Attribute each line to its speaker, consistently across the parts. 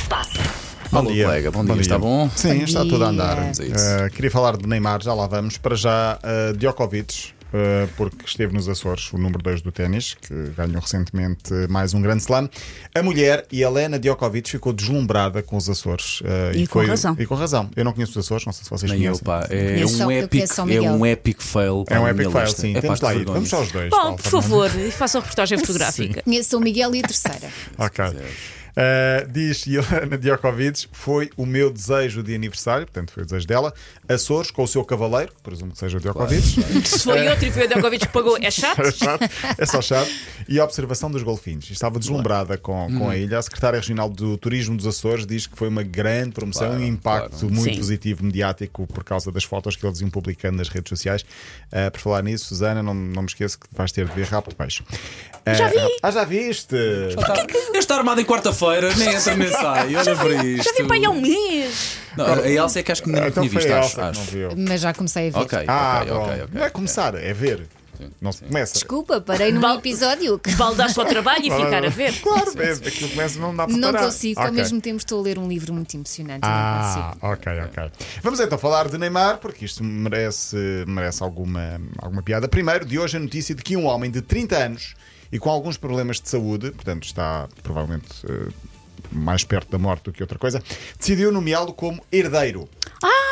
Speaker 1: se passa?
Speaker 2: Bom
Speaker 3: Alô,
Speaker 2: dia.
Speaker 3: colega. Bom,
Speaker 2: Bom
Speaker 3: dia.
Speaker 2: dia.
Speaker 3: Está bom?
Speaker 2: Sim, está tudo a andar.
Speaker 3: Vamos a isso.
Speaker 2: Uh, queria falar de Neymar, já lá vamos. Para já, uh, Djokovic, uh, porque esteve nos Açores, o número 2 do ténis, que ganhou recentemente uh, mais um grande slam. A mulher, Helena Djokovic, ficou deslumbrada com os Açores. uh,
Speaker 1: E com razão.
Speaker 2: E com razão. Eu não conheço os Açores, não sei se vocês
Speaker 3: Nem eu,
Speaker 2: conhecem.
Speaker 3: pá. É
Speaker 4: Só
Speaker 3: um
Speaker 4: porque eu
Speaker 3: épico,
Speaker 4: conheço São
Speaker 3: é
Speaker 4: Miguel.
Speaker 3: um epic fail.
Speaker 2: É
Speaker 3: para
Speaker 2: um
Speaker 3: a
Speaker 2: epic
Speaker 3: minha
Speaker 2: fail,
Speaker 3: lista.
Speaker 2: sim.
Speaker 3: É pá,
Speaker 2: Temos
Speaker 3: que
Speaker 2: lá ir.
Speaker 3: vergonha.
Speaker 2: Vamos aos dois.
Speaker 5: Bom,
Speaker 2: Paulo,
Speaker 5: por
Speaker 2: também.
Speaker 5: favor, façam reportagem fotográfica.
Speaker 4: Conheço São Miguel e a terceira.
Speaker 2: Ok. Uh, diz Helena Djokovic: foi o meu desejo de aniversário, portanto, foi o desejo dela. Açores com o seu cavaleiro, presumo que seja o Djokovic.
Speaker 5: Se foi outro e foi o Djokovic que pagou, é chato?
Speaker 2: É chato, é só chato. E a observação dos golfinhos. Estava deslumbrada com,
Speaker 3: Hum.
Speaker 2: com a ilha. A secretária regional do Turismo dos Açores diz que foi uma grande promoção e um impacto muito
Speaker 5: Sim.
Speaker 2: positivo mediático por causa das fotos que eles iam publicando nas redes sociais. Ah, por falar nisso, Susana, não, não me esqueço que vais ter de ver rápido peixe. já vi! Ah, já viste!
Speaker 3: Tá. Eu estou armado em quarta-feira, nem entra nem sai. Olha para isto.
Speaker 5: Já vi para aí há um mês.
Speaker 3: Não, a Elsa é que acho que ainda não
Speaker 2: então
Speaker 3: tinha
Speaker 2: foi
Speaker 3: visto,
Speaker 2: a
Speaker 3: acho.
Speaker 2: Elsa que não
Speaker 3: acho.
Speaker 2: viu.
Speaker 4: Mas já comecei a ver.
Speaker 3: Ok,
Speaker 2: Ah,
Speaker 3: ok,
Speaker 2: bom.
Speaker 3: ok, ok.
Speaker 2: Não é começar, é ver. não se começa.
Speaker 4: Desculpa, parei num
Speaker 5: Val-
Speaker 4: episódio que
Speaker 5: Baldaste ao trabalho e ficar a ver.
Speaker 2: Claro, mesmo. Aquilo começa, não dá para
Speaker 4: não
Speaker 2: parar.
Speaker 4: consigo, ao
Speaker 2: Ok.
Speaker 4: mesmo tempo estou a ler um livro muito emocionante. eu não
Speaker 2: Ah,
Speaker 4: consigo.
Speaker 2: ok, ok. Vamos então falar de Neymar, porque isto merece, merece alguma, alguma piada. Primeiro, de hoje a notícia de que um homem de 30 anos e com alguns problemas de saúde, portanto está provavelmente eh, mais perto da morte do que outra coisa, decidiu nomeá-lo como herdeiro.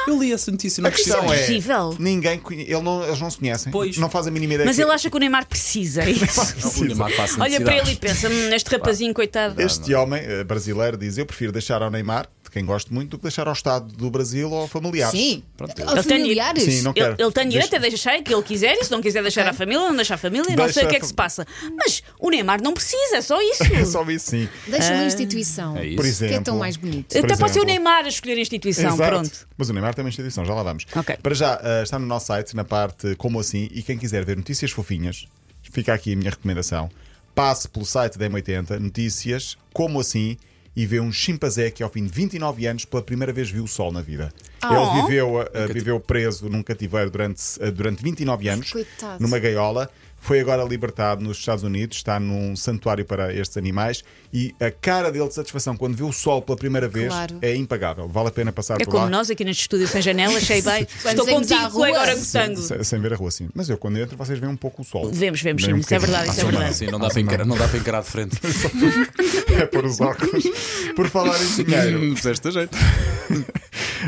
Speaker 3: Eu li essa notícia,
Speaker 2: A
Speaker 3: não
Speaker 2: questão
Speaker 3: precisava.
Speaker 2: é,
Speaker 5: possível.
Speaker 2: ninguém, conhe- ele não, eles não se conhecem,
Speaker 3: Pois.
Speaker 2: não fazem a mínima ideia.
Speaker 5: Mas
Speaker 2: que-
Speaker 5: ele acha que o Neymar precisa. é isso.
Speaker 3: Não, o Neymar passa
Speaker 5: Olha para ele e
Speaker 3: necessidades.
Speaker 5: pensa: "Hum, este rapazinho, coitado.
Speaker 2: Este homem eh, brasileiro diz: Eu prefiro deixar ao Neymar, de quem gosto muito, do que deixar ao Estado do Brasil ou a familiares.
Speaker 4: Sim,
Speaker 3: Pronto,
Speaker 4: Ou
Speaker 5: eu tenho-
Speaker 4: familiares.
Speaker 2: Sim, não
Speaker 5: Ele,
Speaker 2: quero.
Speaker 5: ele tem direito
Speaker 2: Deixa-
Speaker 5: a deixar o que ele quiser e se não quiser deixar a família, não deixa a família, não
Speaker 2: Deixa
Speaker 5: sei o que
Speaker 2: a
Speaker 5: é que
Speaker 2: fam-
Speaker 5: se passa. Mas o Neymar não precisa, é só isso.
Speaker 2: É só isso, sim.
Speaker 4: Deixa
Speaker 2: Ah.
Speaker 4: uma instituição.
Speaker 3: É isso.
Speaker 2: Por
Speaker 3: Que é
Speaker 2: exemplo,
Speaker 4: Que é tão mais bonito.
Speaker 2: por
Speaker 5: Até pode ser o
Speaker 2: exemplo.
Speaker 5: Neymar a escolher a instituição.
Speaker 2: Exato.
Speaker 5: Pronto.
Speaker 2: Mas o Neymar tem uma instituição, já lá vamos.
Speaker 5: Ok.
Speaker 2: Para já, ah, está no nosso site, na parte Como Assim, e quem quiser ver notícias fofinhas, fica aqui a minha recomendação. Passe pelo site da M80, notícias, como assim, e vê um chimpanzé que ao fim de 29 anos pela primeira vez viu o sol na vida. Ele viveu, ah, viveu preso num cativeiro durante, ah, durante 29 anos,
Speaker 4: Coitado.
Speaker 2: numa gaiola. Foi agora libertado nos Estados Unidos, está num santuário para estes animais e a cara dele de satisfação quando viu o sol pela primeira vez
Speaker 4: Claro.
Speaker 2: é impagável. Vale a pena passar
Speaker 5: É
Speaker 2: por
Speaker 5: como
Speaker 2: lá.
Speaker 5: nós aqui neste estúdio sem janelas, sei bem. Estou
Speaker 4: saímos à
Speaker 5: contigo, colega
Speaker 4: rua.
Speaker 5: orangotango.
Speaker 2: Sem, sem ver a rua, sim. Mas eu, quando entro, vocês veem um pouco o sol.
Speaker 5: Vemos, vemos,
Speaker 2: Veem um
Speaker 5: isso é
Speaker 2: bocadinho.
Speaker 5: verdade, isso é
Speaker 2: Ah,
Speaker 5: verdade.
Speaker 3: Sim, não dá, para encarar, não dá para encarar de frente.
Speaker 2: É por os óculos. Por falar em dinheiro,
Speaker 3: Hum, Desta jeito.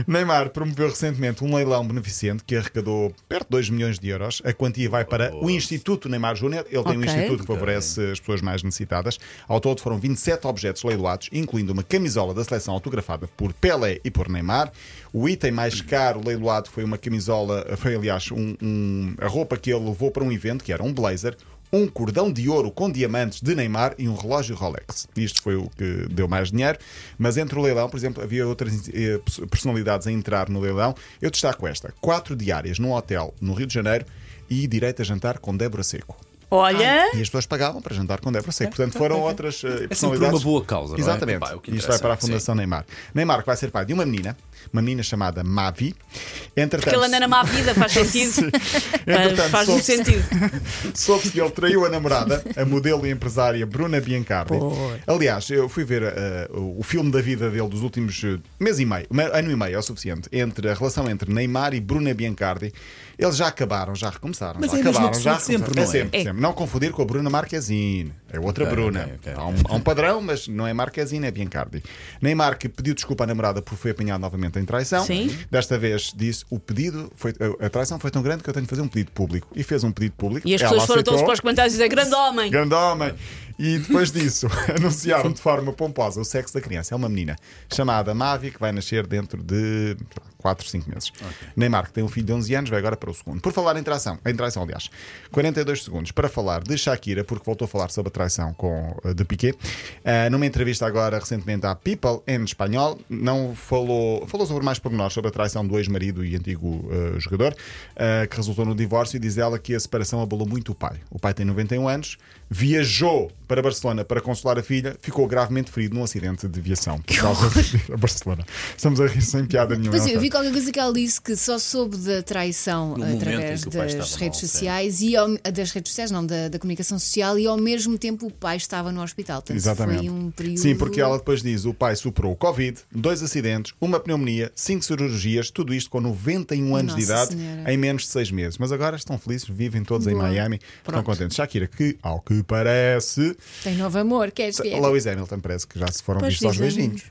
Speaker 2: Neymar promoveu recentemente um leilão beneficente que arrecadou perto de 2 milhões de euros. A quantia vai para o Instituto Neymar Júnior. Ele tem um
Speaker 5: Ok.
Speaker 2: instituto que favorece as pessoas mais necessitadas. Ao todo foram 27 objetos leiloados, incluindo uma camisola da seleção autografada por Pelé e por Neymar. O item mais caro leiloado foi uma camisola, foi aliás um- um- a roupa que ele levou para um evento, que era um blazer. Um cordão de ouro com diamantes de Neymar e um relógio Rolex. Isto foi o que deu mais dinheiro. Mas entre o leilão, por exemplo, havia outras eh, pers- personalidades a entrar no leilão. Eu destaco esta: quatro diárias num hotel no Rio de Janeiro e direito a jantar com Débora Seco.
Speaker 5: Olha,
Speaker 2: E as pessoas pagavam para jantar com Débora Seco. Portanto, foram outras eh,
Speaker 3: É sempre
Speaker 2: personalidades.
Speaker 3: por uma boa causa, não é?
Speaker 2: Exatamente.
Speaker 3: Epá, o que
Speaker 2: Isto vai
Speaker 3: interessa,
Speaker 2: para a Fundação Neymar. Neymar que vai ser pai de uma menina, uma menina chamada Mavi. Entretanto,
Speaker 5: que ele anda na má vida, faz sentido.
Speaker 2: Entretanto,
Speaker 5: faz um muito
Speaker 2: soube-se-
Speaker 5: sentido.
Speaker 2: soube-se que ele traiu a namorada, a modelo e empresária Bruna Biancardi.
Speaker 5: Pois.
Speaker 2: Aliás, eu fui ver eh, o o filme da vida dele dos últimos eh, mês e meio, me- ano e meio é o suficiente, entre a relação entre Neymar e Bruna Biancardi. Eles já acabaram, já recomeçaram.
Speaker 3: Mas
Speaker 2: já
Speaker 3: é a mesma
Speaker 2: acabaram, já
Speaker 3: pessoa de sempre,
Speaker 2: recomeçaram.
Speaker 3: não é?
Speaker 2: sempre, sempre. Não confundir com a Bruna Marquezine. É outra
Speaker 3: Ok,
Speaker 2: Bruna.
Speaker 3: ok, ok,
Speaker 2: Há, um, há um padrão, mas não é Marquezine, é Biancardi. Neymar que pediu desculpa à namorada porque foi apanhado novamente em traição.
Speaker 5: Sim.
Speaker 2: Desta vez disse o pedido, foi, a traição foi tão grande que eu tenho de fazer um pedido público. E fez um pedido público.
Speaker 5: E as
Speaker 2: Ela
Speaker 5: pessoas foram todas
Speaker 2: aceitou.
Speaker 5: para os comentários dizer: grande homem.
Speaker 2: Grande homem. E depois disso, anunciaram de forma pomposa o sexo da criança. É uma menina chamada Mavi, que vai nascer dentro de 4, 5 meses. Neymar, que tem um filho de 11 anos, vai agora para o segundo. Por falar em traição, em traição, aliás, 42 segundos para falar de Shakira, porque voltou a falar sobre a traição com, eh, de Piquet. Ah, numa entrevista agora recentemente à People em espanhol, não falou, falou sobre mais pormenores sobre a traição do ex-marido e antigo eh, jogador, eh, que resultou no divórcio, e diz ela que a separação abalou muito o pai. O pai tem 91 anos, viajou para Barcelona para consolar a filha, ficou gravemente ferido num acidente de aviação. Por causa de- a Barcelona. Estamos a rir sem piada nenhuma.
Speaker 4: Mas
Speaker 2: não
Speaker 4: eu
Speaker 2: sei.
Speaker 4: li qualquer coisa que ela disse que só soube da traição
Speaker 1: No momento
Speaker 4: através
Speaker 1: em que o pai
Speaker 4: das
Speaker 1: estava
Speaker 4: redes
Speaker 1: mal,
Speaker 4: sociais e ao- das redes sociais, não, da, da comunicação social, e ao mesmo tempo o pai estava no hospital. Portanto,
Speaker 2: Exatamente.
Speaker 4: Foi um período.
Speaker 2: Sim, porque ela depois diz: o pai superou o Covid, dois acidentes, uma pneumonia, cinco cirurgias, tudo isto com 91 anos de
Speaker 4: Nossa
Speaker 2: idade
Speaker 4: Senhora.
Speaker 2: em menos de seis meses. Mas agora estão felizes, vivem todos em
Speaker 4: Boa.
Speaker 2: Miami, estão
Speaker 4: Pronto.
Speaker 2: contentes. Shakira, que ao que parece,
Speaker 4: Tem novo amor, queres ver?
Speaker 2: Lewis Hamilton parece que já se foram
Speaker 5: Pois
Speaker 2: vistos aos
Speaker 4: é
Speaker 5: dizem.
Speaker 2: beijinhos.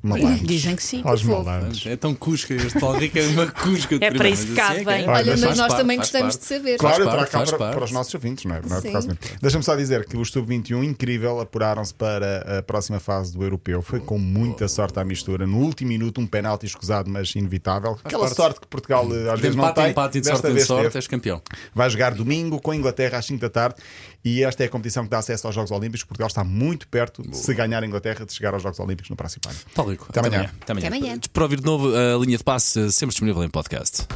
Speaker 2: Malandros.
Speaker 5: Dizem que sim.
Speaker 2: Aos
Speaker 4: Que é fofo.
Speaker 2: malandros.
Speaker 3: É tão cusca, este Paulo Rico é uma cusca. de
Speaker 5: É para
Speaker 3: primeira,
Speaker 5: isso
Speaker 3: mas
Speaker 5: que cá
Speaker 3: assim é
Speaker 5: vem.
Speaker 3: é.
Speaker 5: Olha,
Speaker 4: Olha, mas
Speaker 3: faz
Speaker 4: nós
Speaker 3: parte,
Speaker 4: também
Speaker 3: faz
Speaker 4: gostamos
Speaker 3: parte.
Speaker 4: de saber.
Speaker 2: Claro, eu
Speaker 3: parte,
Speaker 2: trago cá
Speaker 3: faz
Speaker 2: para,
Speaker 3: parte.
Speaker 2: para os nossos ouvintes, não é? Não é por
Speaker 4: Sim.
Speaker 2: causa de mim. Deixa-me só dizer que o Sub-21, incrível, apuraram-se para a próxima fase do europeu. Foi com muita sorte à mistura. No último minuto, um penalti escusado, mas inevitável. Aquela
Speaker 3: parte.
Speaker 2: sorte que Portugal eh, às
Speaker 3: De
Speaker 2: vezes não
Speaker 3: empate, em
Speaker 2: tem.
Speaker 3: empate e de
Speaker 2: Desta
Speaker 3: sorte em
Speaker 2: vez
Speaker 3: sorte,
Speaker 2: teve.
Speaker 3: és campeão.
Speaker 2: Vai jogar domingo com a Inglaterra às 5 da tarde e esta é a competição que dá acesso aos Jogos Olímpicos. Portugal está muito perto, se ganhar a Inglaterra, de chegar aos Jogos Olímpicos no próximo ano.
Speaker 3: Paulo Rico,
Speaker 2: Até amanhã.
Speaker 3: Até amanhã.
Speaker 4: Até amanhã.
Speaker 3: Para ouvir de novo a linha de passe, sempre disponível em podcast.